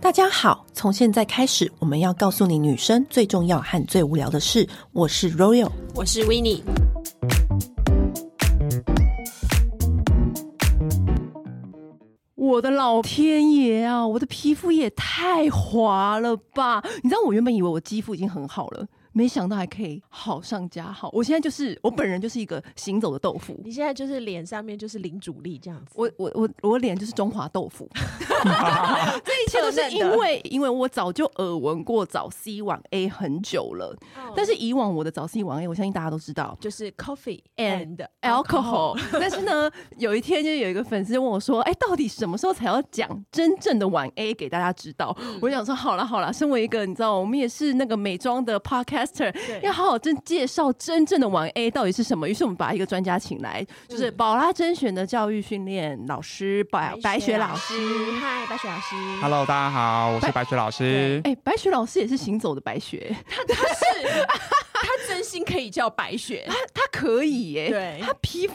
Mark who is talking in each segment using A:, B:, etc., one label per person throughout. A: 大家好，从现在开始，我们要告诉你女生最重要和最无聊的事。我是 Royal，
B: 我是 w i n n i e
A: 我的老天爷啊！我的皮肤也太滑了吧！你知道我原本以为我肌肤已经很好了，没想到还可以好上加好。我现在就是我本人就是一个行走的豆腐，
B: 你现在就是脸上面就是零主力这样子。
A: 我我我我脸就是中华豆腐。 这一切都是因为因为我早就耳闻过早 C 晚 A 很久了，但是以往我的早 C 晚 A，我相信大家都知道。
B: 就是 coffee
A: and
B: and
A: 哦 alcohol，但 是呢，有一天就有一个粉丝问我说：“哎、到底什么时候才要讲真正的晚 A 给大家知道？”我想说，好啦好啦，身为一个你知道，我们也是那个美妆的 podcaster，
B: 对
A: 要好好真介绍真正的晚 A 到底是什么。于是我们把一个专家请来，就是宝拉甄选的教育训练老师嗯白啊白雪老师。
B: 嗨，白雪老师
C: Hello，大家好，我是白雪老师。
A: 哎、白雪老师也是行走的白雪，
B: 他是他真心可以叫 白雪，
A: 她她可以耶、
B: 对
A: 她皮肤，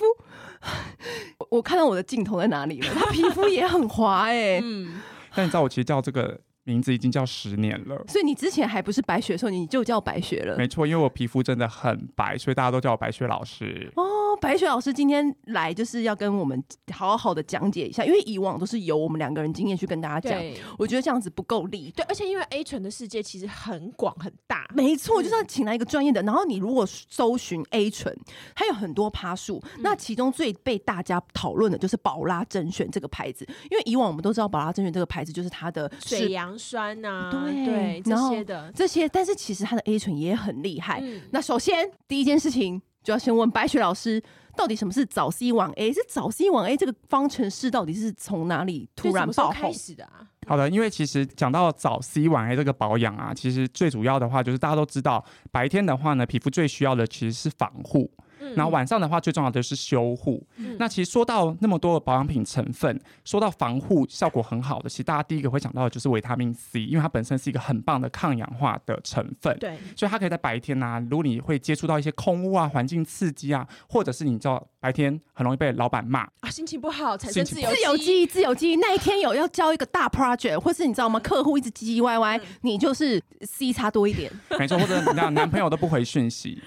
A: 我我看到我的镜头在哪里了，她皮肤也很滑哎、
B: 嗯，
C: 但你知道我其实叫这个名字已经叫十年了，
A: 所以你之前还不是白雪的时候，你就叫白雪了
C: 没错，因为我皮肤真的很白，所以大家都叫我白雪老师。
A: 哦。白雪老师今天来就是要跟我们好好的讲解一下，因为以往都是由我们两个人经验去跟大家讲，
B: 对
A: 我觉得这样子不够力。
B: 对，而且因为 A 醇的世界其实很广很大，
A: 没
B: 嗯
A: 错，就是要请来一个专业的。然后你如果搜寻 A 醇，它有很多趴数，
B: 嗯
A: 那其中最被大家讨论的就是宝拉甄选这个牌子，因为以往我们都知道宝拉甄选这个牌子就是它的是
B: 水杨酸呐、
A: 对
B: 对
A: 然
B: 这
A: 后
B: 些的，
A: 这些，但是其实它的 A 醇也很厉害。
B: 嗯
A: 那首先第一件事情就要先问白雪老师，到底什么是早 C 晚 A？是早 C 晚 A 这个方程式到底是从哪里突然
B: 就什么时候
A: 爆
B: 开
A: 红？
B: 始的啊？
C: 好的，因为其实讲到早 C 晚 A 这个保养啊，其实最主要的话就是大家都知道，白天的话呢，皮肤最需要的其实是防护，
B: 嗯
C: 然后晚上的话最重要的是修护。
B: 嗯
C: 那其实说到那么多的保养品成分，说到防护效果很好的，其实大家第一个会想到的就是维他命 C，因为它本身是一个很棒的抗氧化的成分。
B: 对，
C: 所以它可以在白天呐、如果你会接触到一些空污啊、环境刺激啊，或者是你知道白天很容易被老板骂，
B: 啊，心情不好产生
C: 心情
B: 自
C: 不
B: 由
A: 自由
C: 好
B: 基，
A: 记忆，自由记忆。那一天有要交一个大 project，或是你知道吗？客户一直唧唧歪
B: 嗯
A: 歪，你就是 C 差多一点。
C: 没错，或者你男男朋友都不回讯息，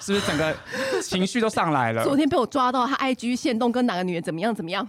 C: 是不是整个情绪都上来了？
A: 昨天被我抓到他 IG 限动跟哪个女人怎么样怎么 样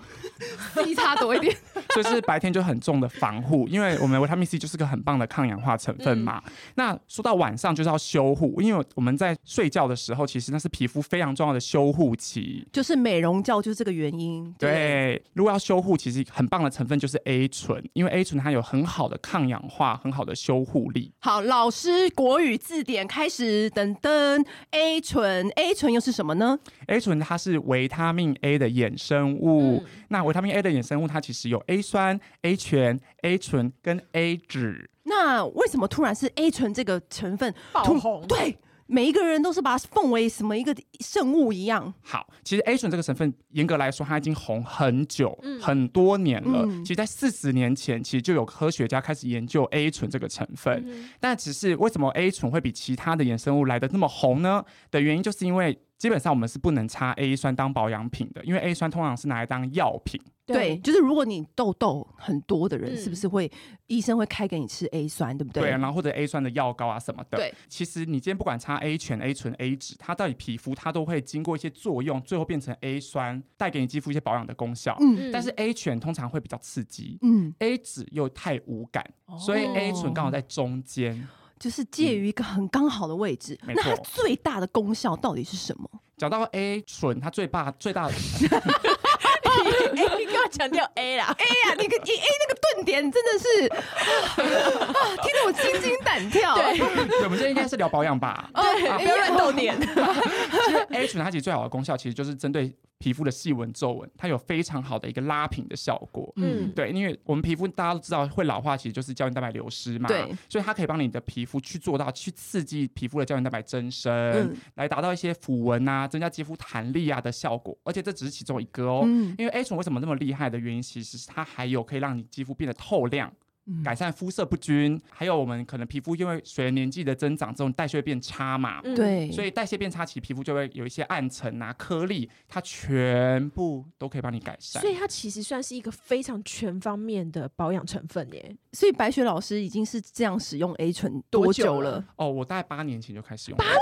A: ，C 差多一点。
C: 所以是白天就很重的防护，因为我们维他命 C 就是个很棒的抗氧化成分
A: 嗯
C: 嘛。那说到晚上就是要修护，因为我们在睡觉的时候，其实那是皮肤非常重要的修护期。
A: 就是美容觉就是这个原因。
C: 对，如果要修护，其实很棒的成分就是 A 醇，因为 A 醇它有很好的抗氧化、很好的修护力。
A: 好，老师国语字典开始，噔噔，A 醇，A 醇又是什么呢？
C: A 醇它是维他命 A 的衍生物，
B: 嗯
C: 那维他命 A 的衍生物它其实有 A 酸、A 醛、A 醇跟 A 酯。
A: 那为什么突然是 A 醇这个成分
B: 爆
A: 突
B: 红
A: 对，每一个人都是把它奉为什么一个圣物一样。
C: 好，其实 A 醇这个成分，严格来说，它已经红很久、很多年了。
A: 嗯
C: 其实，在四十年前，其实就有科学家开始研究 A 醇这个成分。但只是为什么 A 醇会比其他的衍生物来的那么红呢？的原因就是因为基本上我们是不能擦 A 酸当保养品的，因为 A 酸通常是拿来当药品。
A: 对，就是如果你痘痘很多的人，
B: 嗯
A: 是不是会、医生会开给你吃 A 酸，对不对？啊
C: 对，然后或者 A 酸的药膏啊什么的。
A: 对，
C: 其实你今天不管擦 A 醛、A 醇、A 酯，它到底皮肤它都会经过一些作用，最后变成 A 酸，带给你肌肤一些保养的功效。
A: 嗯
C: 但是 A 醛通常会比较刺激。
A: 嗯，
C: A 酯又太无感，
A: 哦
C: 所以 A 醇刚好在中间。
A: 就是介于一个很刚好的位置。
C: 没
A: 那它
C: 错
A: 最大的功效到底是什么？
C: 讲到 A 醇，它最大最大的
B: 哎，你给我强调 A 啦，
A: 哎 呀，你个你哎那个顿点真的 是啊，听得我心惊胆跳。
B: 对
C: 我们这应该是聊保养 吧？
A: 哦
B: 对，啊不要乱逗点，
C: 因为 A 醇它其实最好的功效其实就是针对皮肤的细纹、皱纹，它有非常好的一个拉平的效果。
A: 嗯
B: 嗯，
C: 对，因为我们皮肤大家都知道会老化，其实就是胶原蛋白流失嘛，
A: 对，
C: 所以它可以帮你的皮肤去做到去刺激皮肤的胶原蛋白增生，
A: 嗯
C: 来达到一些抚纹啊、增加肌肤弹力啊的效果。而且这只是其中一个哦，
A: 嗯
C: 因为 A 醇为什么那么厉害的原因，其实是它还有可以让你肌肤变得透亮。
A: 嗯
C: 改善肤色不均，还有我们可能皮肤因为随着年纪的增长，这种代谢变差嘛，
B: 嗯，
A: 对，
C: 所以代谢变差，其实皮肤就会有一些暗沉啊、颗粒，它全部都可以帮你改善
B: 所。以它其实算是一个非常全方面的保养成分耶。
A: 所以白雪老师已经是这样使用 A 醇
B: 多久
A: 久
B: 了
A: 了？
C: 哦，我大概八年前就开始用，八年。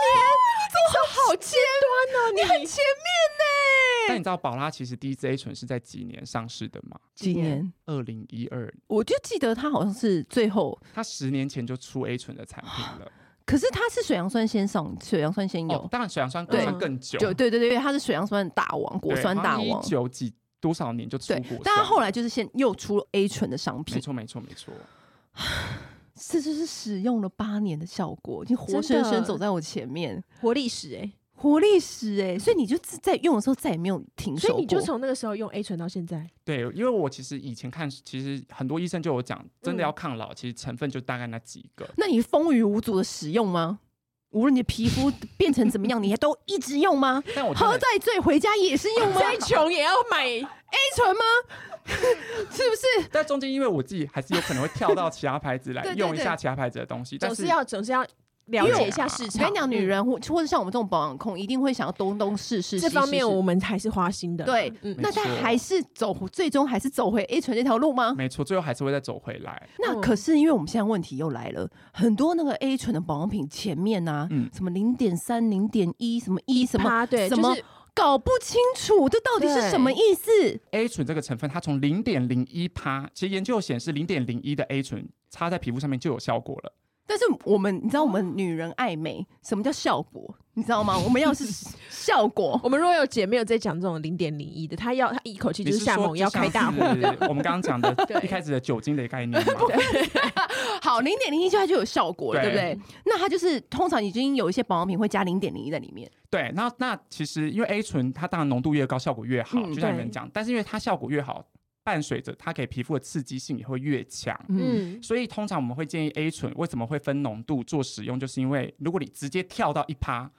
B: 好尖端哦，你很
A: 前面
C: 但你知道宝拉其实第一支 A 醇是在几年上市的吗？
A: 几
B: 年
A: 年，
C: 二零一二，
A: 我就记得它好像是最后，
C: 它十年前就出 A 醇的产品了。
A: 可是它是水杨酸先上，水杨酸先
C: 哦
A: 有，，
C: 当然水杨酸
A: 对
C: 更更久，
A: 就对对对，它是水杨酸的大王，果酸大
C: 一
A: 王。
C: 九几多少年就出
A: 对
C: 国，，
A: 但它后来就是先又出了 A 醇的商
C: 没
A: 品，
C: 错没错没错，
A: 这就是使用了八年的效果，已经活生
B: 真
A: 生
B: 的
A: 走在我前面，
B: 活历史哎，
A: 活历史哎、所以你就自在用的时候再也没有停手
B: 所以
A: 过，
B: 你就从那个时候用 A 醇到现 在，
C: 对，因为我其实以前看，其实很多医生就有讲，真
A: 嗯
C: 的要抗老，其实成分就大概那几个。
A: 那你风雨无阻的使用吗？无论你的皮肤变成怎么样，你还都一直用吗？
C: 但我真
A: 喝
C: 的
A: 再醉回家也是用 吗
B: 再穷也要 买。
A: ？A 醇吗？是不是？
C: 但中间因为我自己还是有可能会跳到其他牌 子来
B: 对对
C: 用一
B: 对
C: 下其他牌子的东西，但
B: 总
C: 是
B: 是要总是要了解一下市
A: 我
B: 场。
A: 跟你讲，女人或或者像我们这种保养控，一定会想要东东试试。
B: 嗯这
A: 西
B: 方
A: 试
B: 面
A: 试
B: 我们还是花心的。
A: 对
B: 嗯
A: 那
C: 没
A: 但
C: 错
A: 还是走，最终还是走回 A 醇这条路吗？
C: 没错，最后还是会再走回来。
A: 那可是因为我们现在问题又来了，很多那个 A 醇的保养品前面啊，
C: 嗯
A: 什么零点三、零点一，什么一什么，
B: 趴啊对，
A: 什
B: 就
A: 么
B: 是
A: 搞不清楚这到底是
B: 对
A: 什么意思？
C: A 醇这个成分，它从零点零一趴，其实研究显示零点零一的 A 醇擦在皮肤上面就有效果了。
A: 但是我们，你知道我们女人爱美，什么叫效果？你知道吗？我们要是 效果，
B: 我们如果有姐妹有在讲这种零点零一的，她要她一口气
C: 你
B: 就是是下
C: 说
B: 猛要
C: 就
B: 开大
C: 像
B: 火，
C: 是我们刚刚讲的
B: 对
C: 一开始的酒精的概念嘛，
A: 好，零点零一就它就有效果了，对
C: 对
A: 不对？那它就是通常已经有一些保养品会加零点零一在里面，
C: 对，那那其实因为 A 醇它当然浓度越高效果越好，
A: 嗯
C: 就像你们
B: 对
C: 讲，但是因为它效果越好，伴随着它给皮肤的刺激性也会越强。
A: 嗯，
B: 嗯，
C: 所以通常我们会建议 A 醇为什么会分浓度做使用，就是因为如果你直接跳到一趴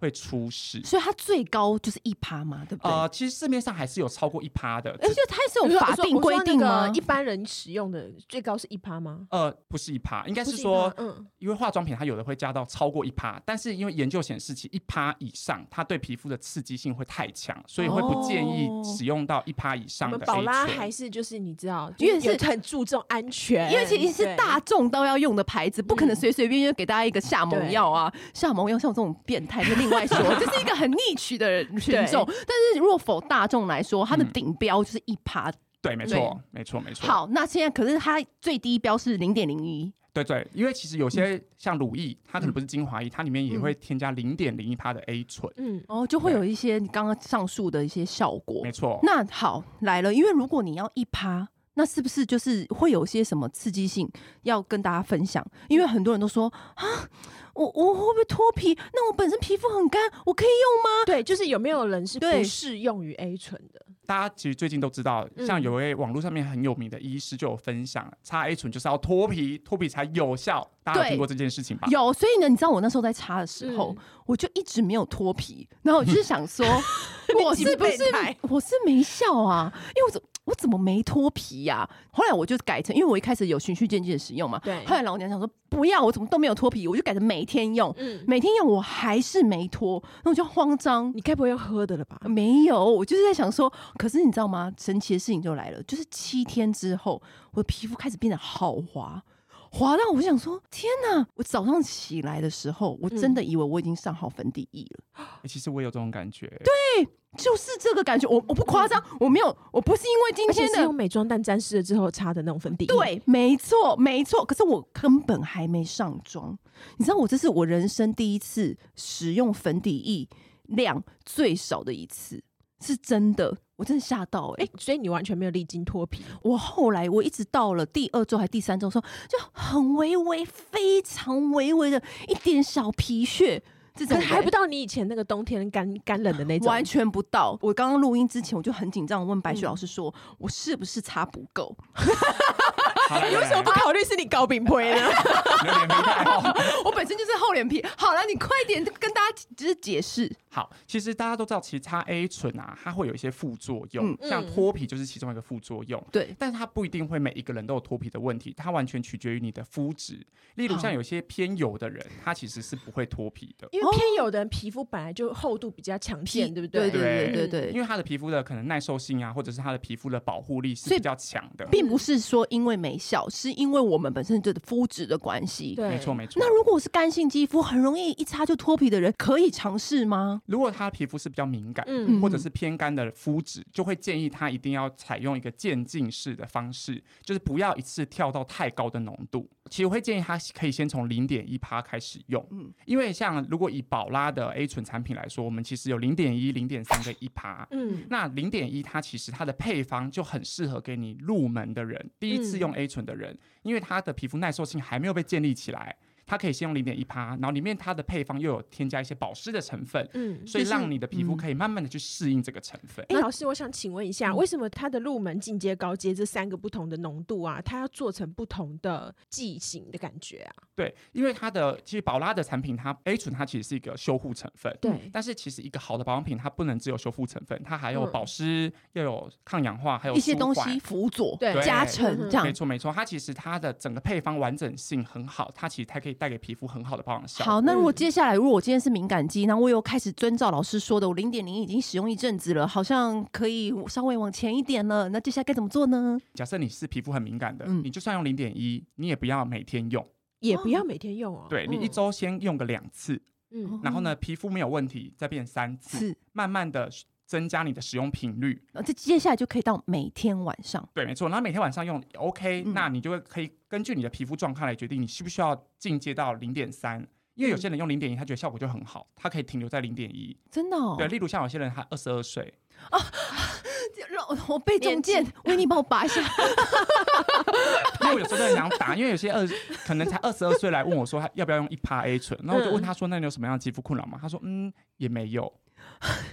C: 会出事。
A: 所以它最高就是一趴嘛，对不对？
C: 呃，其实市面上还是有超过一趴的，
A: 而
C: 只
A: 且它是有法定规定啊吗？
B: 一般人使用的最高是一趴吗？
C: 呃不是一趴，应该
B: 不
C: 是
B: 一趴
C: 说，
B: 嗯，
C: 因为化妆品它有的会加到超过一趴，但是因为研究显示，其一趴以上它对皮肤的刺激性会太强，所以会不建议
A: 哦
C: 使用到一趴以
B: 我
C: 上的
B: 们
C: A 醇。
B: 宝拉还是就是你知道，
A: 因为
B: 就是
A: 是
B: 很注重安全，
A: 因为其实是
B: 对
A: 大众都要用的牌子，不可能
B: 嗯
A: 随随便便给大家一个下猛药啊！下猛药像我这种变态是另外 说，这是一个很 niche 的人群众。但是如果否大众来说，它的
C: 嗯
A: 顶标就是一趴。
C: 对，没
A: 对
C: 错，没错，没错。，
A: 好，那现在可是它最低标是零点零一，
C: 对对，因为
B: 嗯
C: 其实有些像乳液，它可能不是精华液，它里面也会添加零点零一帕的 A 醇。
B: 嗯，
A: 哦，就会有一些你刚刚上述的一些效果
C: 没。错，
A: 那好来了，因为如果你要一趴。那是不是就是会有些什么刺激性要跟大家分享？因为很多人都说啊，我我会不会脱皮？那我本身皮肤很干，我可以用吗？
B: 对，就是有没有人是
A: 嗯对
B: 不适用于 A 醇的？
C: 大家其实最近都知道，
B: 嗯
C: 像有位网络上面很有名的医师就有分享，擦 A 醇就是要脱皮，脱皮才有效。大家有
A: 对
C: 听过这件事情
B: 嗯
C: 吧？
A: 有，所以呢，你知道我那时候在擦的时候，我就一直没有脱皮，然后我就是想 说，我是不
B: 你几倍
A: 是
B: 态
A: 我是没笑啊？因为我怎我怎么没脱皮呀、后来我就改成，因为我一开始有循序渐进的使用嘛。
B: 对
A: 后来老娘想说不要，我怎么都没有脱皮，我就改成每天用，
B: 嗯，
A: 每天用我还是没脱，那我就慌张。
B: 你该不会要喝的了吧？
A: 没有，我就是在想说，可是你知道吗？神奇的事情就来了，就是七天之后，我的皮肤开始变得好滑，滑到我想说，天哪！我早上起来的时候，我
B: 嗯
A: 真的以为我已经上好粉底液了，
C: 欸其实我也有这种感觉。对，
A: 就是这个感觉，我我不夸张，我没有，我不是因为今
B: 而且
A: 天
B: 是
A: 的
B: 用。美妆蛋沾湿了之后擦的那种粉底液，
A: 对，没错，没错。可是我根本还没上妆，你知道，我这是我人生第一次使用粉底液量最少的一次，是真的，我真的吓到哎、
B: 哎、所以你完全没有历经脱皮，
A: 我后来我一直到了第二周还第三周的时候，就很微微、非常微微的一点小皮屑，这
B: 可
A: 种
B: 是还不
A: 到。
B: 到你以前那个冬天干干冷的那种。
A: 完全不到。我刚刚录音之前，我就很紧张，问白雪老师说：“我是不是擦不够？”
C: 好来
B: 啊 你为什么不考虑是你高饼胚
A: 啊
B: 呢？
C: 你的脸皮太厚？
A: 我本身就是厚脸皮。好了，你快点跟大家就是解释。
C: 好，其实大家都知道，其实擦 A 醇啊，它会有一些副作用，
B: 嗯
C: 像脱皮就是其中一个副作用。
A: 对，
C: 但是它不一定会每一个人都有脱皮的问题，它完全取决于你的肤质。例如像
A: 哦
C: 有些偏油的人，他其实是不会脱皮的，
B: 因为偏有的人皮肤本来就厚度比较强健，对不
A: 对
B: 对
A: 对对对
B: 对
A: 对，
C: 因为他的皮肤的可能耐受性啊，或者是他的皮肤的保护力是
A: 所以
C: 比较强的。
A: 并不是说因为没效，是因为我们本身的肤质的关系。
B: 对
C: 没错没错。
A: 那如果是干性肌肤，很容易一擦就脱皮的人，可以尝试吗？
C: 如果他皮肤是比较敏感，
B: 嗯
C: 或者是偏干的肤质，就会建议他一定要采用一个渐进式的方式，就是不要一次跳到太高的浓度。其实我会建议他可以先从零点一趴开始用，
A: 嗯
C: 因为像如果以宝拉的 A 醇产品来说，我们其实有零点一、零点三跟一趴。
B: 嗯
C: 那零点一，它其实它的配方就很适合给你入门的人，第一次用 A 醇的人，因为它的皮肤耐受性还没有被建立起来，它可以先用零点一趴，然后里面它的配方又有添加一些保湿的成分，
B: 嗯。
C: 所以
A: 就是
C: 让你的皮肤
A: 嗯
C: 可以慢慢的去适应这个成分。
B: 哎，老师，我想请问一下，为什么它的入门、进阶、高阶这三个不同的浓度啊，它要做成不同的剂型的感觉啊？
C: 对，因为它的其实宝拉的产品它 A 醇它其实是一个修护成分。
B: 对，
C: 但是其实一个好的保养品，它不能只有修复成分，它还有
B: 嗯
C: 保湿，又有抗氧化，还有
A: 一些
C: 舒
A: 东
C: 缓
A: 西辅佐、
B: 对
A: 加
B: 嗯
A: 成
B: 哼
A: 这样
C: 没。错没错，它其实它的整个配方完整性很好，它其实它可以带给皮肤很好的保养效果。
A: 好，那如果
B: 嗯
A: 接下来，如果我今天是敏感肌，然后我又开始遵照老师说的，我零点零已经使用一阵子了，好像可以稍微往前一点了。那接下来该怎么做呢？
C: 假设你是皮肤很敏感的，
A: 嗯
C: 你就算用零点一，你也不要每天用，
B: 也不要每天用哦。
C: 对你一
B: 嗯，
C: 周先用个两次，
B: 嗯
C: 然后呢皮肤没有问题再变三次，
A: 哦是，
C: 慢慢的增加你的使用频率，
A: 那这接下来就可以到每天晚上。
C: 对，没错。然后每天晚上用 OK，、
A: 嗯
C: 那你就会可以根据你的皮肤状况来决定你需不需要进阶到零点三。因为
A: 嗯
C: 有些人用零点一，他觉得效果就很好，他可以停留在零点一。
A: 真的、哦，
C: 对，例如像有些人他二十二岁，
A: 让我我被中
B: 年纪
A: 箭，维尼帮我拔一下。
C: 因为我有时候真的很想打，因为有些二可能才二十二岁来问我说他要不要用一趴 A 醇，然后我就问
A: 嗯
C: 他说那你有什么样的肌肤困扰吗？他说嗯也没有。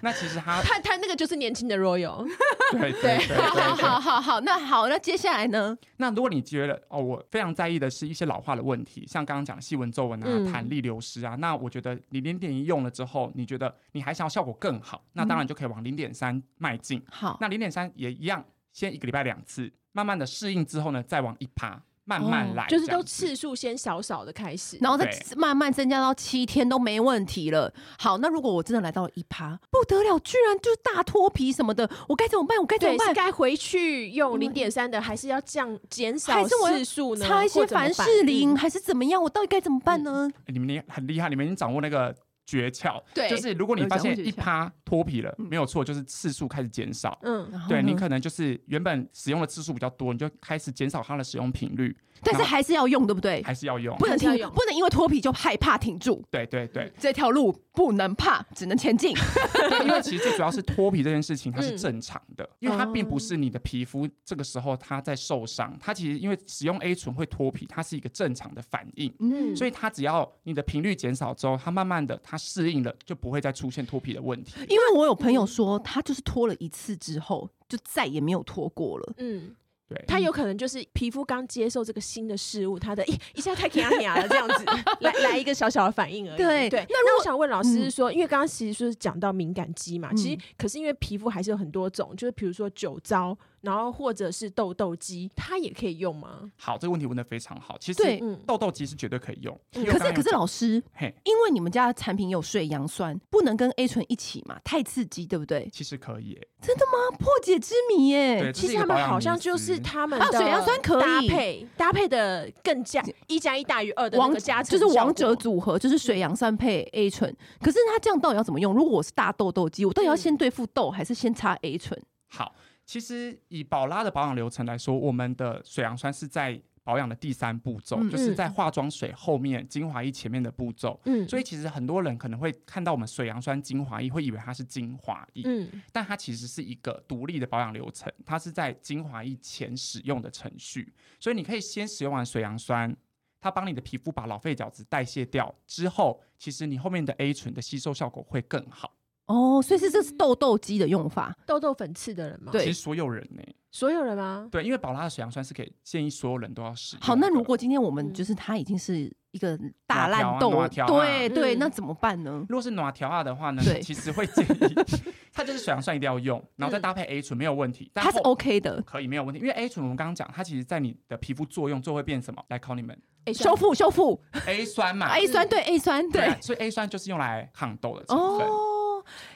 C: 那其实 他
B: 他他那个就是年轻的 Royal，
C: 对对对
A: 好
C: 对对。
A: 好好好，那好，那接下来呢？
C: 那如果你觉得哦，我非常在意的是一些老化的问题，像刚刚讲细纹皱纹
B: 嗯
C: 啊、弹力流失啊，那我觉得你零点一用了之后，你觉得你还想要效果更好，那当然就可以往零点三迈进。
A: 好，
C: 那零点三也一样，先一个礼拜两次，慢慢的适应之后呢，再往一趴，慢慢来，
B: 就是
C: 这
B: 都
C: 样子
B: 次数先少少的开始，
A: 然后再
C: 对
A: 慢慢增加到七天都没问题了。好，那如果我真的来到了一趴，不得了，居然就是大脱皮什么的，我该怎么办？我该怎
B: 对
A: 么
B: 是
A: 办？
B: 该回去用零点三的，还是要降减少
A: 还是我要
B: 次数呢？
A: 擦一些
B: 或怎么
A: 凡
B: 办嗯
A: 士林、还是怎么样？我到底该怎么办呢？
C: 哎你们也很厉害，你们已经掌握那个诀窍。
B: 对
C: 就是如果你发现
A: 有掌握
C: 一
A: 诀窍
C: 趴脱皮了，
A: 嗯哦
C: 没有错，就是次数开始减少。
B: 嗯，嗯，
A: 然后
C: 对
A: 呢
C: 你可能就是原本使用的次数比较多，你就开始减少它的使用频率，
A: 但是还是要用，对不对？
C: 还是要用。
A: 不能停
B: 还是要，用
A: 不能因为脱皮就害怕停住。
C: 对对对，
A: 这条路不能怕，只能前进。
C: 对因为其实最主要是脱皮这件事情，它是
B: 嗯
C: 正常的，因为它并不
A: 哦
C: 是你的皮肤这个时候它在受伤，它其实因为使用 A 醇会脱皮，它是一个正常的反应，
A: 嗯，
C: 所以它只要你的频率减少之后，它慢慢的它适应了，就不会再出现脱皮的问题。
A: 因为我有朋友说，他就是脱了一次之后，就再也没有脱过了。
B: 嗯，
C: 对，
B: 他有可能就是皮肤刚接受这个新的事物，他的一一下太甜牙了，这样 子来来一个小小的反应而已。
A: 对
B: 对。
A: 那如
B: 那我想问老师
A: 嗯
B: 是说，因为刚刚其实就是讲到敏感肌嘛，其实
A: 嗯
B: 可是因为皮肤还是有很多种，就是比如说酒糟，然后或者是痘痘肌，它也可以用吗？
C: 好，这个问题问的非常好。其实
A: 对嗯
B: 嗯，
C: 痘痘肌是绝对可以用，因为我
A: 可
C: 刚
A: 是
C: 刚
A: 可
C: 有
A: 是
C: 讲
A: 老师，
C: 嘿，
A: 因为你们家的产品有水杨酸，不能跟 A 醇一起嘛，太刺激，对不对？
C: 其实可以耶，
A: 啊，破解之谜耶、
C: 对，这
B: 其
C: 是
B: 实
C: 一个
B: 他
C: 保
B: 们
C: 养
B: 好
C: 迷
B: 像就
C: 思
B: 是他们
A: 啊
B: 的
A: 水杨酸可以
B: 搭配搭配的更加一加一大于二的那
A: 王
B: 个加
A: 就
B: 成
A: 是王
B: 效
A: 者
B: 果嗯
A: 组合，就是水杨酸配 A 醇。可是它这样到底要怎么用？如果我是大痘痘肌，我到底要
B: 嗯
A: 先对付痘，还是先擦 A 醇？
C: 好，其实以宝拉的保养流程来说，我们的水杨酸是在保养的第三步骤，
A: 嗯
C: 就是在化妆水后面精华液前面的步骤。
B: 嗯
C: 所以其实很多人可能会看到我们水杨酸精华液，会以为它是精华液，
B: 嗯
C: 但它其实是一个独立的保养流程，它是在精华液前使用的程序。所以你可以先使用完水杨酸，它帮你的皮肤把老废角质代谢掉之后，其实你后面的 A 醇的吸收效果会更好。
A: 哦，所以是这是痘痘肌的用法。
B: 痘痘粉刺的人嘛，
A: 对
C: 其实所有人呢、
B: 所有人吗？
C: 对，因为宝拉的水杨酸是可以建议所有人都要使用的。
A: 好，那如果今天我们
B: 嗯
A: 就是它已经是一个大
C: 辣条
A: 烂
C: 啊
A: 豆
C: 辣
A: 了，
C: 条啊
A: 对对，
B: 嗯
A: 那怎么办呢？
C: 如果是暖调啊的话呢
A: 对，嗯
C: 其实会建议它就是水杨酸一定要用，然后再搭配 A 醇没有问题。但
A: 它是
C: 后
A: OK 的，
C: 可以没有问题，因为 A 醇我们刚刚讲，它其实在你的皮肤作用最后会变什么？来考你们
B: A 酸
A: 修复修复
C: A 酸嘛
A: A 酸对 A 酸对
C: 啊，所以 A 酸就是用来抗痘的成分。
A: 哦。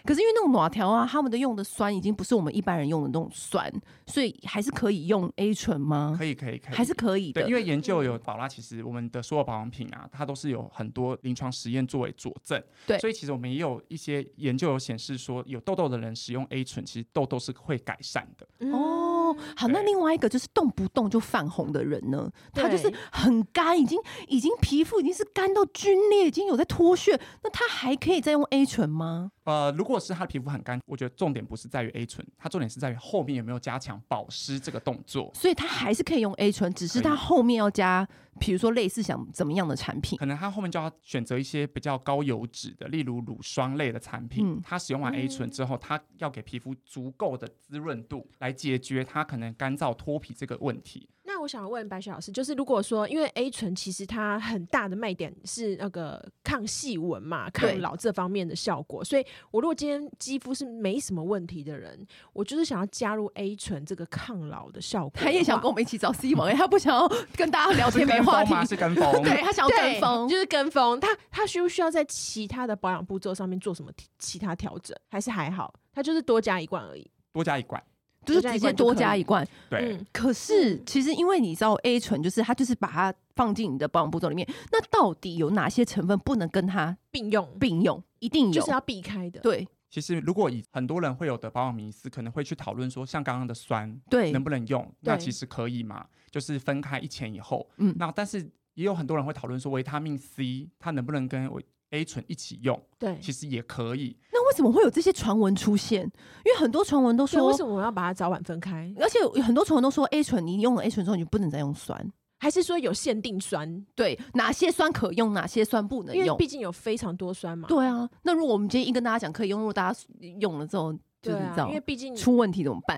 A: 可是因为那种暖条啊，他们的用的酸已经不是我们一般人用的那种酸，所以还是可以用 A 醇吗？
C: 可以可以可以，
A: 还是可以
C: 对，
A: 的嗯
C: 因。为研究有宝拉，其实我们的所有保养品啊，它都是有很多临床实验作为佐证。
A: 对
C: 所以其实我们也有一些研究有显示说，有痘痘的人使用 A 醇，其实痘痘是会改善的。
B: 嗯
A: 哦，好，
C: 对
A: 那另外一个就是动不动就泛红的人呢，他就是
B: 对
A: 很干，已经已经皮肤已经是干到皲裂，已经有在脱屑，那他还可以再用 A 醇吗？
C: 呃，如果是他的皮肤很干，我觉得重点不是在于 A 醇，它重点是在于后面有没有加强保湿这个动作。
A: 所以他还是可以用 A 醇，只是
C: 可以
A: 他后面要加，比如说类似想怎么样的产品。
C: 可能他后面就要选择一些比较高油脂的，例如乳霜类的产
A: 嗯
C: 品。它使用完
B: 嗯
C: A 醇之后，它要给皮肤足够的滋润度，来解决它可能干燥脱皮这个问题。
B: 那我想问白雪老师，就是如果说，因为 A 醇其实它很大的卖点是那个抗细纹嘛、抗
A: 对
B: 老这方面的效果，所以我如果今天肌肤是没什么问题的人，我就是想要加入 A 醇这个抗老的效果的话，
A: 他也想跟我们一起找 C 王，他不想要跟大家聊哦天
C: 是
A: 没
C: 跟
A: 话
C: 风
A: 题，
C: 吗？是跟风。
A: 对他想要
B: 对
A: 跟风。
B: 就是跟风。他他需不需要在其他的保养步骤上面做什么其其他调整，还是还好？他就是多加一罐而已。
C: 多加一罐。
A: 就是直接多加一罐。
C: 对，
B: 嗯，
A: 可是
B: 嗯
A: 其实因为你知道 A 醇，就是它就是把它放进你的保养步骤里面，那到底有哪些成分不能跟它
B: 并用
A: 并用？一定
B: 就
A: 有
B: 是，要避开的。
A: 对
C: 其实如果以很多人会有的保养迷思，可能会去讨论说，像刚刚的酸
A: 对
C: 能不能用？那
B: 对
C: 其实可以嘛，就是分开一前一后。
A: 嗯
C: 嗯，那但是也有很多人会讨论说，维他命 C 它能不能跟维 A 醇一起用？
B: 对
C: 其实也可以。
A: 那为什么会有这些传闻出现？因为很多传闻都
B: 所以
A: 说
B: 啊为，什么我要把它早晚分开？
A: 而且有很多传闻都说 A 醇，你用了 A 醇之后你就不能再用酸。
B: 还是说有限定酸？
A: 对，哪些酸可用，哪些酸不能
B: 因为
A: 用？
B: 毕竟有非常多酸嘛。
A: 对啊，那如果我们今天一跟大家讲可以用，如果大家用了之后，就
B: 对
A: 是这
B: 啊，
A: 样
B: 因为毕竟
A: 出问题怎么办？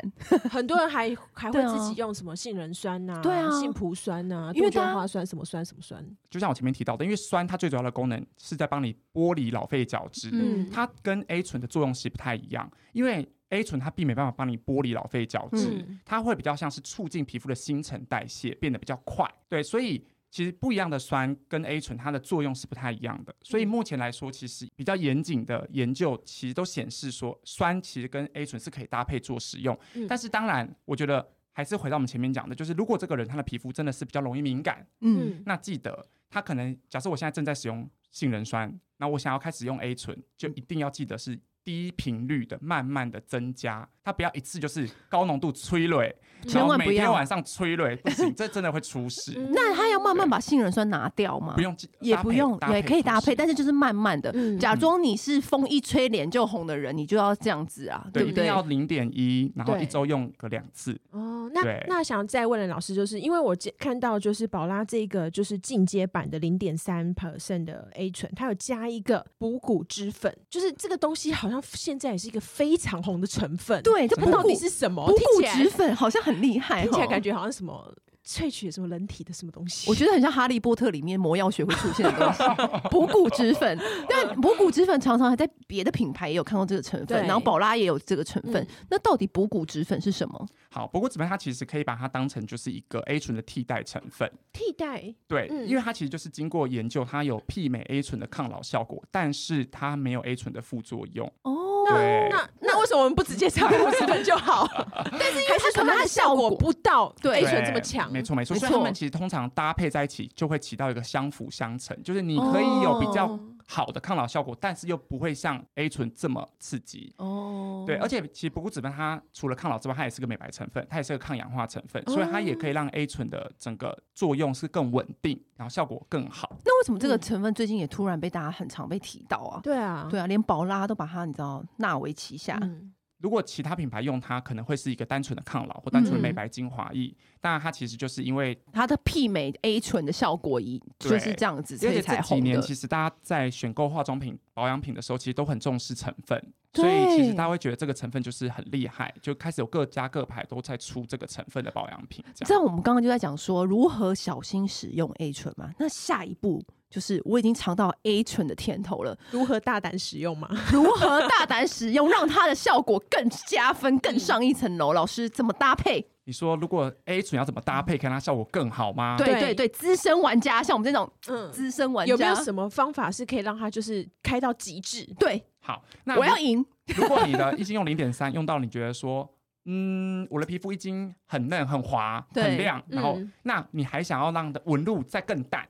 B: 很多人还还会
A: 对啊
B: 自己用什么杏仁酸呐、
A: 对啊
B: 杏脯酸呐、
A: 因为
B: 杜
A: 大家
B: 鹃花酸什么酸什么酸。
C: 就像我前面提到的，因为酸它最主要的功能是在帮你剥离老废角质，
A: 嗯
C: 它跟 A 醇的作用是不太一样，因为 A 醇它并没办法帮你剥离老废角质，
B: 嗯
C: 它会比较像是促进皮肤的新陈代谢变得比较快，对，所以。其实不一样的酸跟 A 醇，它的作用是不太一样的，所以
B: 嗯
C: 目前来说，其实比较严谨的研究其实都显示说，酸其实跟 A 醇是可以搭配做使用。
B: 嗯
C: 但是当然，我觉得还是回到我们前面讲的，就是如果这个人他的皮肤真的是比较容易敏感，
A: 嗯，
C: 那记得，它可能假设我现在正在使用杏仁酸，那我想要开始用 A 醇，就一定要记得是低频率的，慢慢的增加，它不要一次就是高浓度催泪，
A: 千万
C: 然
A: 不
C: 后每
A: 要
C: 天晚上催泪，不行，这真的会出事。
B: 嗯
A: 那他要慢慢把杏仁酸拿掉吗？
C: 不，用记，
A: 也
C: 搭
A: 不
C: 配
A: 用，也可以搭配，
C: 做事
A: 但是就是慢慢的，
B: 嗯
A: 假装你是风一吹脸就红的人，你就要这样子啊，
C: 对，
A: 不
C: 一定
A: 对？
C: 要零点一，然后
B: 对
C: 一周用个两次。
B: 哦，那
C: 对
B: 那想再问了老师，就是因为我见看到就是宝拉这个就是进阶版的零点三 percent 的 A 醇，它有加一个补骨脂粉，就是这个东西好像现在也是一个非常红的成分。，
A: 对，这
B: 它
A: 补
B: 到
A: 骨
B: 底是什么？
A: 补
B: 哦听
A: 骨
B: 起来
A: 脂粉好像很厉害，
B: 听起来
A: 哦
B: 感觉好像什么萃取什么人体的什么东西。
A: 我觉得很像《哈利波特》里面魔药学会出现的东 西，补骨脂粉。但补骨脂粉常常还在别的品牌也有看到这个成分，
B: 对
A: 然后宝拉也有这个成分。
B: 嗯
A: 那到底补骨脂粉是什么？
C: 好，不过怎么样，它其实可以把它当成就是一个 A 醇的替代成分。
B: 替代
C: 对，
B: 嗯
C: 因为它其实就是经过研究，它有媲美 A 醇的抗老效果，但是它没有 A 醇的副作用。
A: 哦，
C: 对，
B: 那那为什么我们不直接加补脂粉就好？ 但是还是说它的效果不到
A: 对
B: A 醇这么
C: 对
B: 强？
C: 没错没错。
A: 没
C: 所以它
A: 错
C: 们其实通常搭配在一起，就会起到一个相辅相成，就是你可以有比较
A: 哦
C: 好的抗老效果，但是又不会像 A 醇这么刺激。
A: 哦
C: 对，而且其实不固脂肪它除了抗老之外，它也是个美白成分，它也是个抗氧化成分，所以它也可以让 A 醇的整个作用是更稳定，然后效果更好。
A: 那为什么这个
B: 嗯
A: 成分最近也突然被大家很常被提到啊？
B: 对啊，
A: 对啊，连宝拉都把它你知道纳为旗下。
B: 嗯
C: 如果其他品牌用它，可能会是一个单纯的抗老或单纯的美
A: 嗯
C: 白精华液，但它其实就是因为
A: 它的媲美 A 醇的效果一就是
C: 对
A: 这样子，
C: 而
A: 所以
C: 且
A: 才
C: 这几
A: 红
C: 年
A: 的。
C: 其实大家在选购化妆品、保养品的时候，其实都很重视成分，所以其
A: 对
C: 实大家会觉得这个成分就是很厉害，就开始有各家各牌都在出这个成分的保养品，这
A: 这
C: 样
A: 样我们刚刚就在讲说如何小心使用 A 醇嘛，那下一步就是我已经尝到 A 醇的甜头了，
B: 如何大胆使用嘛？
A: 如何大胆使用，让它的效果更加分、更上一层楼？老师怎么搭配？
C: 你说如果 A 醇要怎么搭配，看它效果更好吗？
A: 对对
B: 对
A: 对，资深玩家，像我们这种
B: 嗯，
A: 资深玩家，
B: 有没有什么方法是可以让它就是开到极致？
A: 对，
C: 好，那
A: 我
C: 如
A: 要赢，
C: 如果你的一斤用零点三，用到你觉得说，嗯，我的皮肤一斤很嫩、很滑、
A: 对
C: 很亮，然后、
B: 嗯
C: 那你还想要让的纹路再更淡，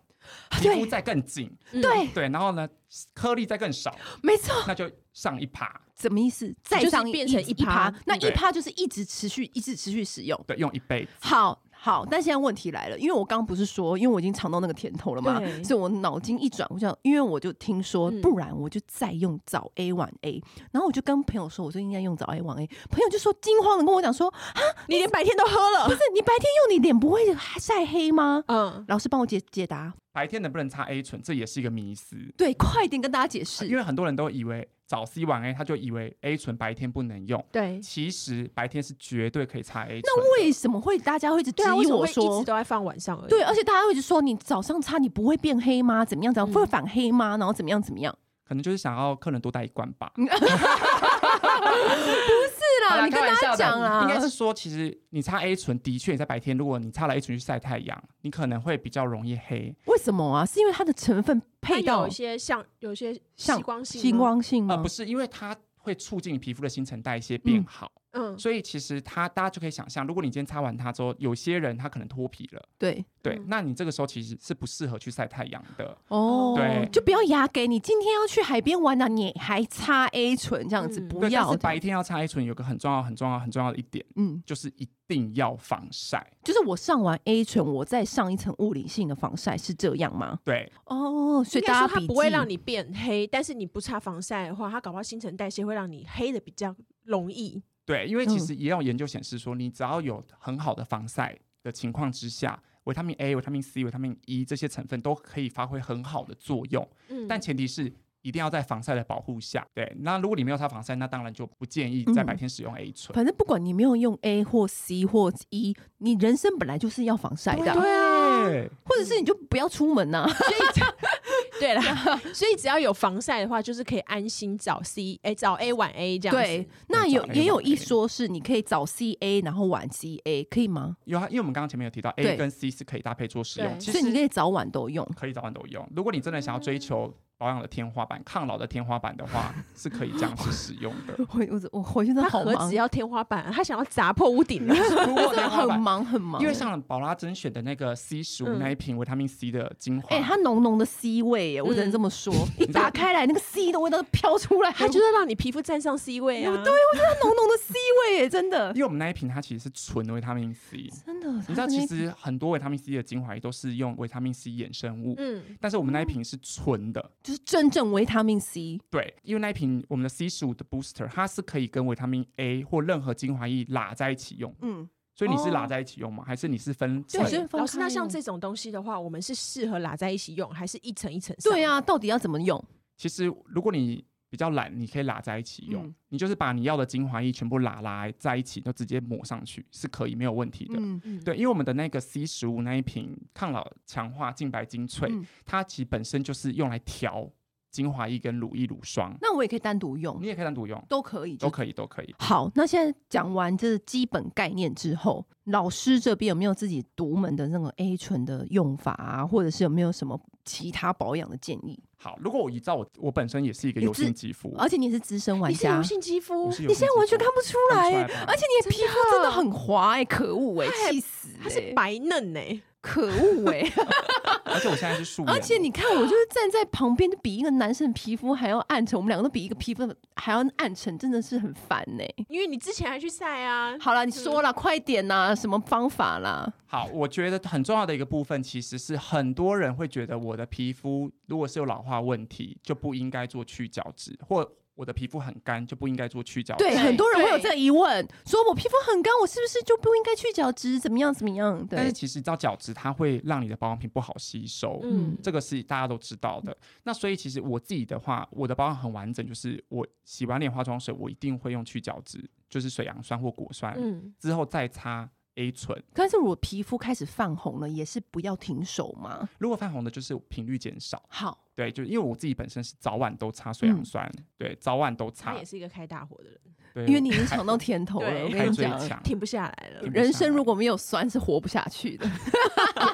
A: 啊
C: 皮肤
A: 对
C: 再更紧，
B: 嗯，
A: 对，
C: 对，然后呢颗粒再更少，
A: 没错，
C: 那就上一趴，
A: 什么意思？再
B: 就是
A: 上一
B: 变成
A: 一
B: 一趴
A: 那一
C: 对
A: 趴就是一直持续、一直持续使用。
C: 对，用一辈子。
A: 好好，但现在问题来了，因为我刚刚不是说，因为我已经尝到那个甜头了嘛，
B: 对
A: 所以我脑筋一转，我想，因为我就听说，
B: 嗯
A: 不然我就再用早 A 晚 A，、然后我就跟朋友说，我最近在用早 A 晚 A，朋友就说惊慌的跟我讲说，
B: 你连白天都喝
A: 不
B: 了，
A: 是你白天用你脸不会晒黑吗？
B: 嗯，
A: 老师帮我解解答，
C: 白天能不能擦 A 醇，这也是一个迷思，
A: 对，快点跟大家解释，
C: 因为很多人都以为早 C 晚 A，他就以为 A 醇白天不能用，
B: 对，
C: 其实白天是绝对可以擦 A 醇的。
A: 那为什么会大家会一直质
B: 对啊，为
A: 疑
B: 什么
A: 我
B: 会一
A: 说
B: 直？都在放晚上而已？
A: 对，而且大家会一直说你早上擦你不会变黑吗？怎么样？怎么样？
B: 嗯
A: 会反黑吗？然后怎么样？怎么样？
C: 可能就是想要客人多带一罐吧。
A: 嗯是
C: 好
A: 啦，
C: 啦
A: 你跟
C: 开
A: 大家
C: 玩笑的
A: 讲啊，
C: 应该是说，其实你擦 A 醇的确，你在白天，如果你擦了 A 醇去晒太阳，你可能会比较容易黑。
A: 为什么啊？是因为它的成分
B: 它
A: 配到
B: 有一些像有一些
A: 像
B: 吸光性吗，
A: 星光性吗？
C: 呃，不是，因为它会促进皮肤的新陈代谢变好，
B: 嗯，
C: 所以其实它大家就可以想象，如果你今天擦完它之后，有些人他可能脱皮了，
A: 对
C: 对，
B: 嗯
C: 那你这个时候其实是不适合去晒太阳的。
A: 哦，
C: 对
A: 就不要压给你。今天要去海边玩呢、啊你还擦 A 醇这样子，
B: 嗯
A: 不
C: 对，但
A: 要
C: 是。白天要擦 A 醇，有个很重要、很重要、很重要的一点，
A: 嗯，
C: 就是一定要防晒。
A: 就是我上完 A 醇，我再上一层物理性的防晒，是这样吗？
C: 对，
A: 哦，所以
B: 应该
A: 大
B: 说
A: 家
B: 它
A: 笔
B: 不会
A: 记
B: 让你变黑，但是你不擦防晒的话，它搞不好新陈代谢会让你黑的比较容易。
C: 对，因为其
A: 嗯
C: 实也有研究显示说，你只要有很好的防晒的情况之下，维他命 A、维他命 C、维他命 E 这些成分都可以发挥很好的作用，
B: 嗯
C: 但前提是。一定要在防晒的保护下，对。那如果你没有擦防晒，那当然就不建
A: 嗯
C: 议在白天使用 A 醇。
A: 反正不管你没有用 A 或 C 或 E，你人生本来就是要防晒的啊、
C: 对，
A: 或者是你就不要出门啊呐、
B: 嗯对 啦，所以只要有防晒的话，就是可以安心找 C，哎、找 A 晚 A 这样子。
A: 对，那有
C: 早 A
A: 也有
C: 晚
A: 一
C: A
A: 说是你可以早 C A，然后晚 C A，可以吗？
C: 有啊，因为我们刚刚前面有提到 A
A: 对
C: 跟 C 是可以搭配做使
B: 对
C: 用，其
A: 所以你可
C: 实
A: 以早晚都用。
C: 可以早晚都用。如果你真的想要追求保养的天花板、抗老的天花板 的话，是可以这样去使用的。
A: 我我我回去真的
B: 他
A: 好
B: 何
A: 忙
B: 止，要天花板啊，他想要砸破屋顶了。啊
C: 如果
A: 真的
C: 天花
A: 很
C: 板
A: 忙很忙。
C: 因为像宝拉珍选的那个 C 十五
B: 嗯
C: 那一瓶维他命 C 的精华，
A: 哎、它浓浓的 C 味耶，我只能这么 说。一打开来，那个 C 的味道飘出来，它
B: 他
A: 就
B: 就是是让你皮肤站上 C 位 啊，
A: 对，我觉得它浓浓的 C 味耶，真的
C: 因，为我们那一瓶它其实是纯的维他命 C，
A: 真的。
C: 你知道其实很多维他命 C 的精华液都是用维他命 C 衍生物，
B: 嗯，
C: 但是我们那一瓶是纯的。
A: 就是真正维他命 C，
C: 对，因为那一瓶我们的 C 十五的 Booster，它是可以跟维他命 A 或任何精华液拉在一起用，
A: 嗯，
C: 所以你是拉
A: 哦
C: 在一起用吗？还是你是分
A: 对
C: 层？
A: 是分
B: 老师，
A: 开哦
B: 那像
A: 用
B: 这种东西的话，我们是适合拉在一起用，还是一层一层？
A: 对，啊，到底要怎么用？
C: 其实如果你比较懒，你可以拉在一起用，
A: 嗯
C: 你就是把你要的精华液全部拉拉在一起，就直接抹上去是可以没有问题的。
A: 嗯，
B: 嗯，
C: 对，因为我们的那个 C 十五那一瓶抗老强化净白精粹，
A: 嗯
C: 它其实本身就是用来调精华液跟乳液、乳霜，
A: 那我也可以单独用
C: 你，也可以单独用，
A: 都可以，
C: 都可以，都可以。
A: 好，那现在讲完这基本概念之后，老师这边有没有自己独门的那个 A 醇的用法啊，或者是有没有什么其他保养的建议？
C: 好，如果我依照我我本身也是一个
A: 你
C: 油
A: 自哦
C: 性肌肤，
A: 而且你是资深玩
B: 你是
A: 家
B: 油，性肌肤
C: 我，是油
A: 你
C: 性
A: 现在
C: 肌
A: 完全
C: 肤
A: 看不出
C: 看
A: 来
C: 不
A: 欸、
C: 出来吧
A: 而且你的皮肤真的很滑哎、可恶哎、气死、欸！
B: 它是白嫩哎、
A: 可恶 哎、
C: 而且我现在是素颜哦，
A: 而且你看，我就是站在旁边，比一个男生的皮肤还要暗沉，我们两个都比一个皮肤还要暗沉，真的是很烦呢、
B: 因为你之前还去晒啊。
A: 好啦，你说啦，快点啦，什么方法啦？
C: 好，我觉得很重要的一个部分，其实是很多人会觉得我的皮肤如果是有老化问题，就不应该做去角质，或我的皮肤很干就不应该做去角质。
A: 对，很多人会有
B: 对
A: 这个疑问，说我皮肤很干，我是不是就不应该去角质？怎么样？怎么样？
C: 但
A: 对
C: 是，其实到角质，它会让你的保养品不好吸收。
B: 嗯
C: 这个是大家都知道的。那所以其实我自己的话，我的保养很完整，就是我洗完脸化妆水，我一定会用去角质，就是水杨酸或果酸，
B: 嗯，
C: 之后再擦 A 醇。
A: 但是我皮肤开始泛红了，也是不要停手嘛。
C: 如果泛红的，就是频率减少。
A: 好，
C: 对，就因为我自己本身是早晚都擦
A: 嗯
C: 水杨酸，对，早晚都
B: 他
C: 擦
B: 也。是一个开大火的人，
C: 对，
A: 因为你已经尝到甜头了，
B: 对
A: 我跟
C: 开
A: 你
C: 最
A: 讲，
C: 强。
B: 停不下来了
C: 啊停。不
A: 人
C: 下
A: 生
C: 来
A: 如果没有酸是活不下去的。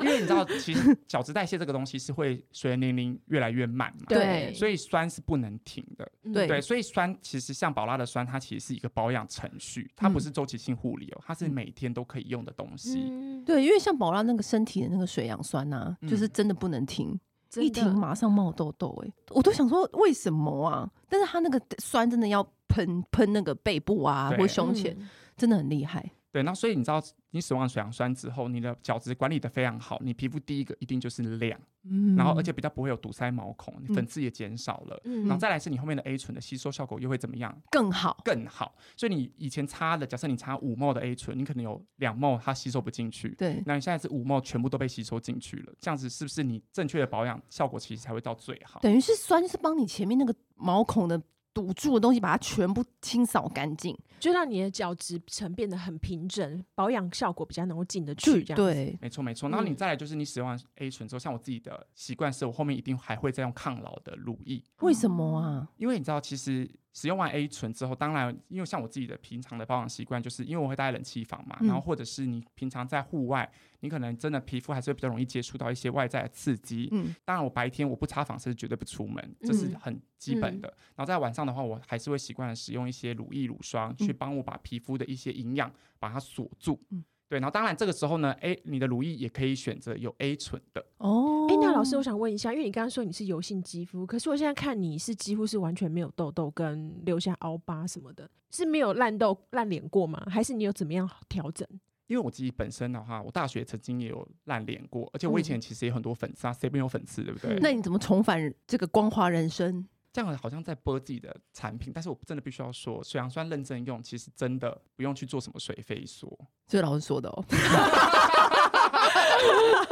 C: 因为你知道，其实角质代谢这个东西是会随着年龄越来越慢嘛，
A: 对
C: 所以酸是不能停的。
B: 嗯
A: 对
C: 对，所以酸其实像宝拉的酸，它其实是一个保养程序，它
A: 嗯
C: 不是周期性护理哦，它是每天都可以用的东西。
B: 嗯
A: 对，因为像宝拉那个身体的那个水杨酸呐、
C: 嗯
A: 就是真的不能停，
B: 真
A: 一
B: 的
A: 停马上冒痘痘、欸，哎，我都想说为什么啊？但是它那个酸真的要喷喷那个背部啊
C: 对
A: 或胸前，
B: 嗯
A: 真的很厉害。
C: 对，那所以你知道，你使用水杨酸之后，你的角质管理的非常好，你皮肤第一个一定就是亮，
A: 嗯
C: 然后而且比较不会有堵塞毛孔，你粉
A: 嗯
C: 刺也减少了。
B: 嗯
C: 然后再来是你后面的 A 醇的吸收效果又会怎么样
A: 更好，
C: 更好？所以你以前擦的，假设你擦五 m 的 A 醇，你可能有两 m 它吸收不进去，
B: 嗯
A: 对，
C: 那你现在是五 m 全部都被吸收进去了，这样子是不是你正确的保养效果其实才会到最好？
A: 等于是酸就是帮你前面那个毛孔的堵住的东西，把它全部清扫干净。
B: 就让你的角质层变得很平整，保养效果比较能够进得
A: 就
B: 去，这样子。
A: 对，
C: 没错没错，然后你
B: 嗯
C: 再来就是你使用完 A 醇之后，像我自己的习惯是我后面一定还会再用抗老的乳液，
A: 为什么
B: 哦
A: 啊？
C: 因为你知道其实使用完 A 醇之后，当然因为像我自己的平常的保养习惯，就是因为我会待在冷气房嘛，
A: 嗯
C: 然后或者是你平常在户外，你可能真的皮肤还是会比较容易接触到一些外在的刺激。
A: 嗯，
C: 当然我白天我不擦防晒是绝对不出门，这是
B: 嗯
C: 很基本的。然后在晚上的话，我还是会习惯地使用一些乳液、乳霜
B: 嗯
C: 去帮我把皮肤的一些营养把它锁住。
A: 嗯
C: 对，然后当然这个时候呢，A 你的乳液也可以选择有 A 醇的，
A: 哦，
B: 哎、那老师，我想问一下，因为你刚刚说你是油性肌肤，可是我现在看你是几乎是完全没有痘痘跟留下凹疤什么的，是没有烂痘烂脸过吗？还是你有怎么样调整？
C: 因为我自己本身的话，我大学曾经也有烂脸过，而且我以前其实也有很多粉刺啊，谁没有粉刺，对不对？
B: 嗯
A: 那你怎么重返这个光华人生？
C: 这样好像在播自己的产品，但是我真的必须要说，水杨酸认真用，其实真的不用去做什么水飞梭。
A: 这是老师说的哦。 但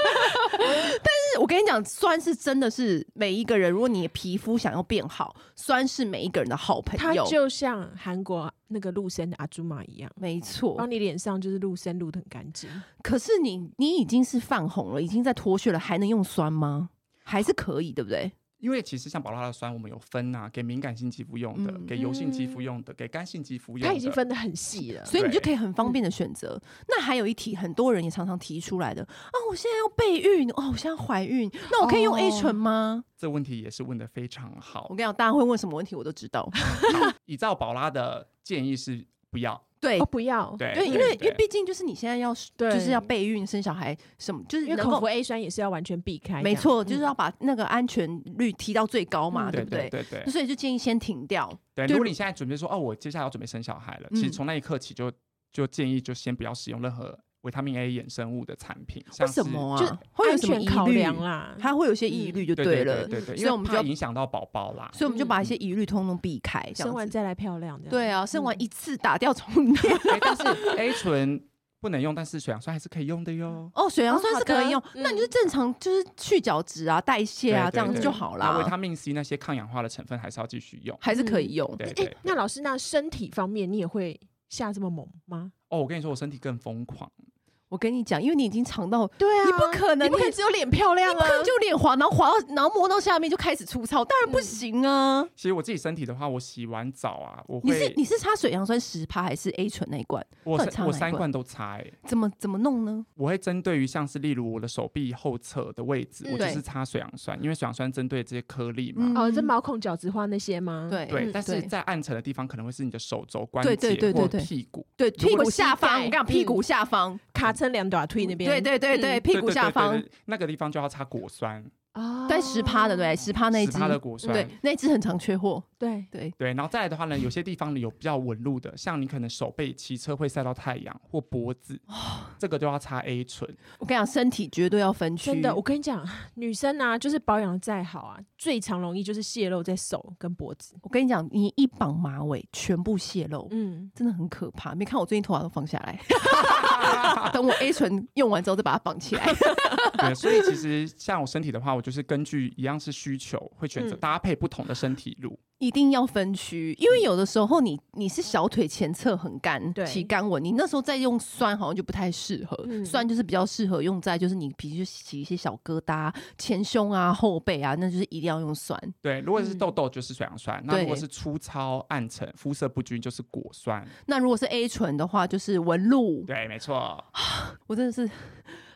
A: 是我跟你讲，酸是真的是每一个人，如果你的皮肤想要变好，酸是每一个人的好
B: 它
A: 朋友。
B: 就像韩国那个陆生的阿朱玛一样，
A: 没错
B: 帮，你脸上就是陆生陆的很干净。
A: 可是你你已经是泛红了，已经在脱屑了，还能用酸吗？还是可以，对不对？
C: 因为其实像宝拉的酸，我们有分啊，给敏感性肌肤用的，
A: 嗯
C: 给油性肌肤用的，给干性肌肤用的。
B: 它已经分得很细了，
A: 所以你就
C: 对
A: 可以很方便的选择。那还有一题，很多人也常常提出来的啊，我现在要备孕，哦，我现在要怀孕，那我可以用
B: 哦
A: A 醇吗？
C: 这问题也是问的非常
A: 我
C: 好
A: 跟。你讲，大家会问什么问题，我都知道。
C: 依照宝拉的建议是不要，
A: 对
B: 哦，，不要，
C: 对，
A: 对，因为因为
C: 对
A: 毕竟就是你现在要
B: 对
A: 就是要备孕生小孩什么，就是
B: 因为
A: 能
B: 口
A: 够
B: 服 A 酸也是要完全避开，
A: 没错，
B: 这
A: 就
B: 样
A: 是要把那个安全率提到最高嘛，
B: 嗯
A: 对
C: 对
A: 不
C: 对
A: 对？
C: 对对
A: 所以就建议先停掉。
C: 对，
A: 对
C: 如果你现在准备说哦，我接下来要准备生小孩了，其实
A: 嗯
C: 从那一刻起就就建议就先不要使用任何维他命 A 衍生物的产品，
A: 为
C: 像是
A: 什么
B: 就
A: 啊？会有
B: 安
A: 什么
B: 全
A: 疑
B: 考
A: 虑
B: 量？啊嗯啦。
A: 它会有一些疑虑就
C: 对
A: 对
C: 对
A: 了
C: 对，对对，
A: 所以我们就
C: 因为
A: 要
C: 怕，影响到宝宝啦。
A: 所以我们就把一
B: 嗯
A: 些疑虑通通避开，这
B: 生
A: 样
B: 完
A: 子。
B: 再来漂亮，这样
A: 对啊，生完
B: 嗯
A: 一次打掉重练。
C: 哎但是 A 醇不能用，但是水杨酸还是可以用的哟。
A: 哦，水杨酸
B: 哦
A: 是可以用
B: 好，的
A: 那你就正常就是去角质啊、代谢啊
C: 对对
A: 这样子
C: 对
A: 就好
C: 那维
A: 啦，
C: 他命 C 那些抗氧化的成分还是要继续用。
A: 还是可以用。
C: 对
B: 哎、
C: 对
B: 那老师，那身体方面你也会下这么猛吗？
C: 哦，我跟你说，我身体更疯狂。
A: 我跟你讲，因为你已经尝到，
B: 对啊
A: 你不可能，
B: 你不
A: 你
B: 可能只有脸漂亮
A: 你不
B: 啊
A: 可！能就脸滑，然后滑到，然后摸到下面就开始粗糙，当然不行啊！
C: 其实我自己身体的话，我洗完澡啊，我
A: 你是
C: 会
A: 你是擦水杨酸十趴还是 A 醇那一罐？
C: 我
A: 到底擦
C: 三我
A: 哪一
C: 三
A: 罐
C: 罐都擦、欸，
A: 怎么怎么弄呢？
C: 我会针对于像是例如我的手臂后侧的位置，
B: 嗯
C: 我就
A: 对
C: 是擦水杨酸，因为水杨酸针对这些颗粒嘛。
A: 嗯
B: 哦，这毛孔、角质化那些吗？
A: 对
C: 对，
B: 嗯
C: 但是
A: 对
C: 在暗沉的地方可能会是你的手肘关
A: 对对
C: 节
A: 对对
C: 或
A: 对
C: 屁股，
A: 对，
C: 如
A: 屁
C: 果
A: 股
B: 是
A: 下方，
B: 膝
A: 我跟
B: 盖
C: 嗯
A: 你讲，屁股下方，
B: 卡撑两短腿那边。
A: 对对对对，
B: 嗯
A: 屁股下
C: 对对
A: 方
C: 对，对那个地方就要擦果酸，
B: 哦
A: 对十趴的对，十趴那一
C: 十
A: 只，
C: 趴的果酸。
A: 对那一只很常缺货，
B: 对，
A: 对，
C: 对，然后再来的话呢，
B: 哦
C: 有些地方有比较纹路的，像你可能手背骑车会晒到太阳或脖子，这个就要擦 A 醇。
A: 我跟你讲，身体绝对要分区。
B: 真的，我跟你讲， 女生啊，就是保养得再好啊，最常容易就是泄露在手跟脖子。
A: 我跟你讲，你一绑马尾，全部泄露，
B: 嗯，
A: 真的很可怕。没看我最近头发都放下来， 等我 A 醇用完之后再把它绑起来。
C: 对，所以其实像我身体的话，我就是根据一样是需求，会选择
B: 嗯
C: 搭配不同的身体乳。
A: 一定要分区，因为有的时候你你是小腿前侧很干，
B: 对
A: 起干纹，你那时候再用酸好像就不太适合，
B: 嗯
A: 酸就是比较适合用在就是你比如起一些小疙瘩、前胸啊、后背啊，那就是一定要用酸。
C: 对，如果是
B: 嗯
C: 痘痘就是水杨酸，那
A: 对
C: 如果是粗糙暗沉、肤色不均就是果酸。
A: 那如果是 A 醇的话，就是纹路，
C: 对，没错。
A: 我真的是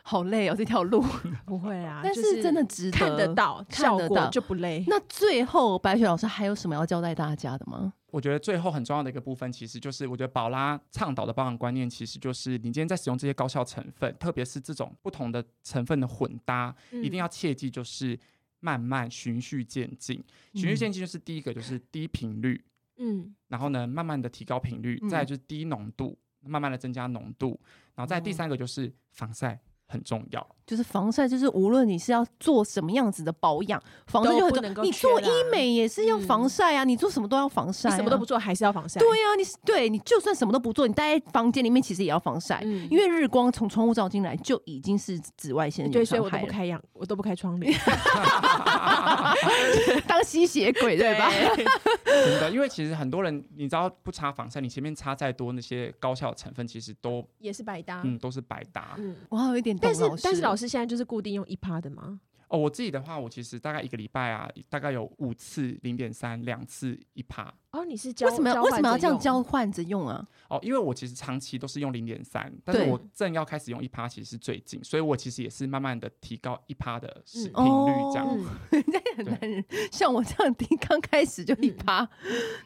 A: 好累哦这条路，
B: 不会啊，
A: 但
B: 就 是
A: 真的值得
B: 看得。到
A: 看
B: 效
A: 得
B: 果
A: 到
B: 就不累。
A: 那最后白雪老师还有什么要交代大家的吗？
C: 我觉得最后很重要的一个部分，其实就是我觉得宝拉倡导的保养观念，其实就是你今天在使用这些高效成分，特别是这种不同的成分的混搭，一
A: 嗯
C: 定
B: 要
C: 要切记就是慢慢循序渐进。
A: 嗯
C: 循序渐进就是第一个就是低频率，
B: 嗯
C: 然后呢，慢慢的提高频率，
A: 嗯
C: 再来就是低浓度，慢慢的增加浓度，然后再第
A: 哦
C: 三个就是防晒很重要。
A: 就是防晒，就是无论你是要做什么样子的保养，防晒就很
B: 都不
A: 重
B: 能
A: 要。
B: 够
A: 你
B: 缺
A: 做
B: 啦
A: 医美也是要防
B: 嗯
A: 晒啊，你做什么都要防晒、
B: 你
A: 啊，
B: 什么都不做还是要防晒。
A: 对呀、啊你是对你就算什么都不做，你待在房间里面其实也要防晒，
B: 嗯
A: 因为日光从窗户照进来就已经是紫外线
B: 对，
A: 有
B: 所以
A: 伤嗯
B: 我都
A: 害
B: 不
A: 了，
B: 开阳，我都不开窗帘，
A: 当吸血鬼 对吧？
C: 真的，因为其实很多人你知道不擦防晒，你前面擦再多那些高效的成分，其实都
B: 也是白
A: 啊
B: 搭。
C: 嗯都是白搭。
B: 嗯，
A: 我好有一点懂
B: 但是
A: 老师，
B: 但是老
A: 师
B: 师现在就是固定用一趴的嘛，
C: 哦，我自己的话，我其实大概一个礼拜啊，大概有五次零点三，两次一趴。
B: 哦，你是交
A: 为什么要
B: 交
A: 为
B: 换
A: 什么要
B: 着
A: 这样
B: 用
A: 交换着用啊？
C: 哦，因为我其实长期都是用零点三，但是
A: 对
C: 我正要开始用一趴，其实是最近，所以我其实也是慢慢的提高一趴的使
B: 嗯
C: 频率这样。
A: 哦
B: 嗯
A: 人家也很
C: 对
A: 难忍，像我这样第刚开始就一趴，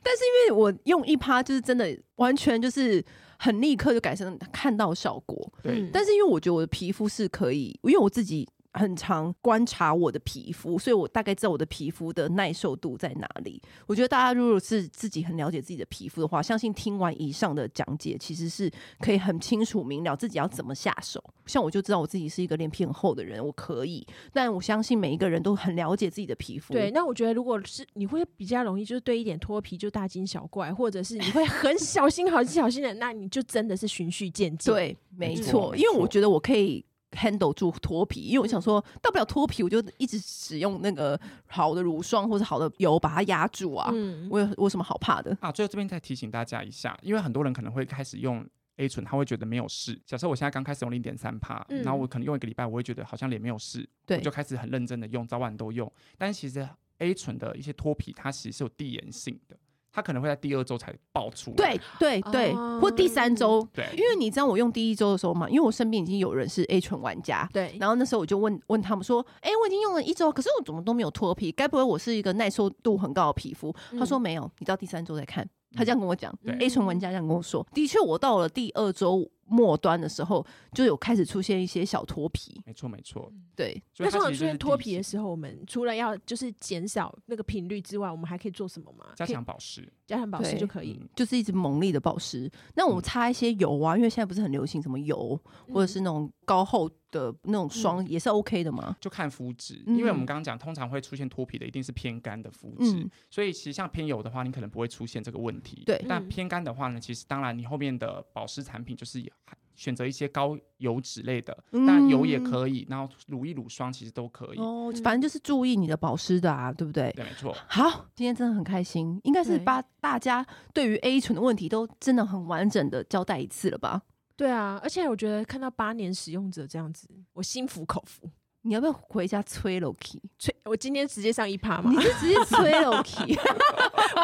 A: 但是因为我用一趴就是真的完全就是很立刻就改成看到效果，
C: 对，
B: 嗯
A: 但是因为我觉得我的皮肤是可以，因为我自己很常观察我的皮肤，所以我大概知道我的皮肤的耐受度在哪里。我觉得大家如果是自己很了解自己的皮肤的话，相信听完以上的讲解，其实是可以很清楚明了自己要怎么下手。像我就知道我自己是一个脸皮很厚的人，我可以，但我相信每一个人都很了解自己的皮肤。
B: 对，，那我觉得如果是你会比较容易，就是对一点脱皮就大惊小怪，或者是你会很小心、好小心的，那你就真的是循序渐进。，
A: 对，没
C: 没
A: 错，
C: 错
A: 因为
C: 没错
A: 我觉得我可以 handle 住脱皮，因为我想说，大不了脱皮，我就一直使用那个好的乳霜或者好的油把它压住啊。
B: 嗯，
A: 我有我有什么好怕的？
C: 啊，最后这边再提醒大家一下，因为很多人可能会开始用 A 醇，他会觉得没有事。假设我现在刚开始用零点三帕，
B: 嗯
C: 然后我可能用一个礼拜，我会觉得好像脸没有事，我
A: 对
C: 就开始很认真的用，早晚都用。但是其实 A 醇的一些脱皮，它其实是有递延性的，它可能会在第二周才爆出来。
A: 对对对，
B: 哦
A: 或第三周，因
C: 对，
A: 为你知道我用第一周的时候嘛，因为我身边已经有人是 A 醇玩家。
B: 对，
A: 然后那时候我就问问他们说：“哎、我已经用了一周，可是我怎么都没有脱皮？该不会我是一个耐受度很高的皮肤？”
B: 嗯
A: 他说：“没有，你到第三周再看。”他这样跟我讲。
C: 嗯对
A: A 醇玩家这样跟我说，的确，我到了第二周末端的时候，就有开始出现一些小脱皮。
C: 没错没错。
A: 对，
C: 所以
B: 嗯那
C: 它
B: 像我出
C: 其实就是
B: 现脱皮
C: 递
B: 的
C: 延性，
B: 时候，我们除了要就是减少那个频率之外，我们还可以做什么吗？
C: 加
B: 可以
C: 强保湿，
B: 加强保湿
A: 对
B: 就可以。
C: 嗯，
A: 就是一直猛力的保湿。那我
C: 嗯
A: 擦一些油啊，因为现在不是很流行什么油，或者是那种高厚的那
C: 嗯
A: 种霜，也是 OK 的嘛。
C: 就看肤质，因为我
A: 嗯
C: 们刚刚讲，通常会出现脱皮的一定是偏干的肤质。
A: 嗯，
C: 所以其实像偏油的话，你可能不会出现这个问题。
A: 对
C: 但
B: 嗯
C: 偏干的话呢，其实当然你后面的保湿产品就是也选择一些高油脂类的，
A: 嗯
C: 但油也可以，然后乳液、乳霜其实都可以。
A: 哦，反正就是注意你的保湿的啊，对不对？
C: 对，没错。
A: 好，今天真的很开心，应该是
B: 对
A: 把大家对于 A 醇的问题都真的很完整的交代一次了吧？
B: 对啊，而且我觉得看到八年使用者这样子，我心服口服。
A: 你要不要回家催 Loki？
B: 吹，我今天直接上一趴嘛
A: 你，是直接催 Loki？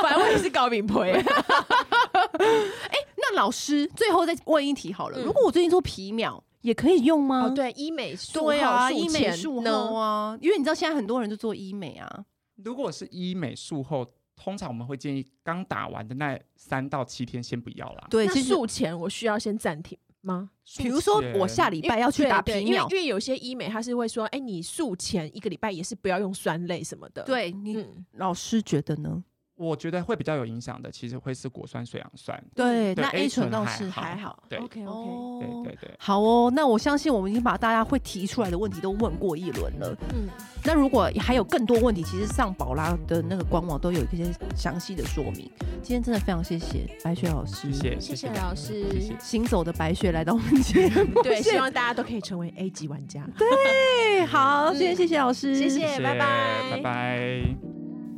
B: 反正我也是高 敏培。
A: 哎那老师最后再问一题好了，
B: 嗯
A: 如果我最近做皮秒，也可以用吗？
B: 哦，对，医美术
A: 对啊，
B: 后
A: 医美
B: 前
A: 术
B: 呢
A: 后啊，因为你知道现在很多人就做医美啊，
C: 如果是医美术后，通常我们会建议刚打完的那三到七天先不要啦。
A: 对，
B: 那
A: 其实
B: 术前我需要先暂停吗？
A: 比如说我下礼拜要去
B: 对
A: 打
B: 对
A: 皮
B: 因为
A: 秒，
B: 因为有些医美它是会说，哎，你术前一个礼拜也是不要用酸类什么的。，
A: 对你
B: 嗯，
A: 老师觉得呢？
C: 我觉得会比较有影响的，其实会是果酸、水杨酸。
A: 嗯对，
C: 对
A: 那 A
C: A
A: 醇
C: 醇
A: 倒
C: 还
A: 是
C: 好
B: 还好
C: 对
B: ，OK OK，
A: 哦
C: 对对对，
A: 好哦，那我相信我们已经把大家会提出来的问题都问过一轮了。
B: 嗯，
A: 那如果还有更多问题，其实上宝拉的那个官网都有一些详细的说明。今天真的非常谢谢白雪老师，
C: 谢谢
B: 谢谢
C: 大家
B: 老师
C: 谢谢。
A: 行走的白雪来到我们节目，
B: 对，
A: 谢
B: 希望大家都可以成为 A 级玩家。
A: 对，好，今天谢谢老师，
B: 嗯谢谢
C: 谢谢
B: 拜拜
C: 拜拜。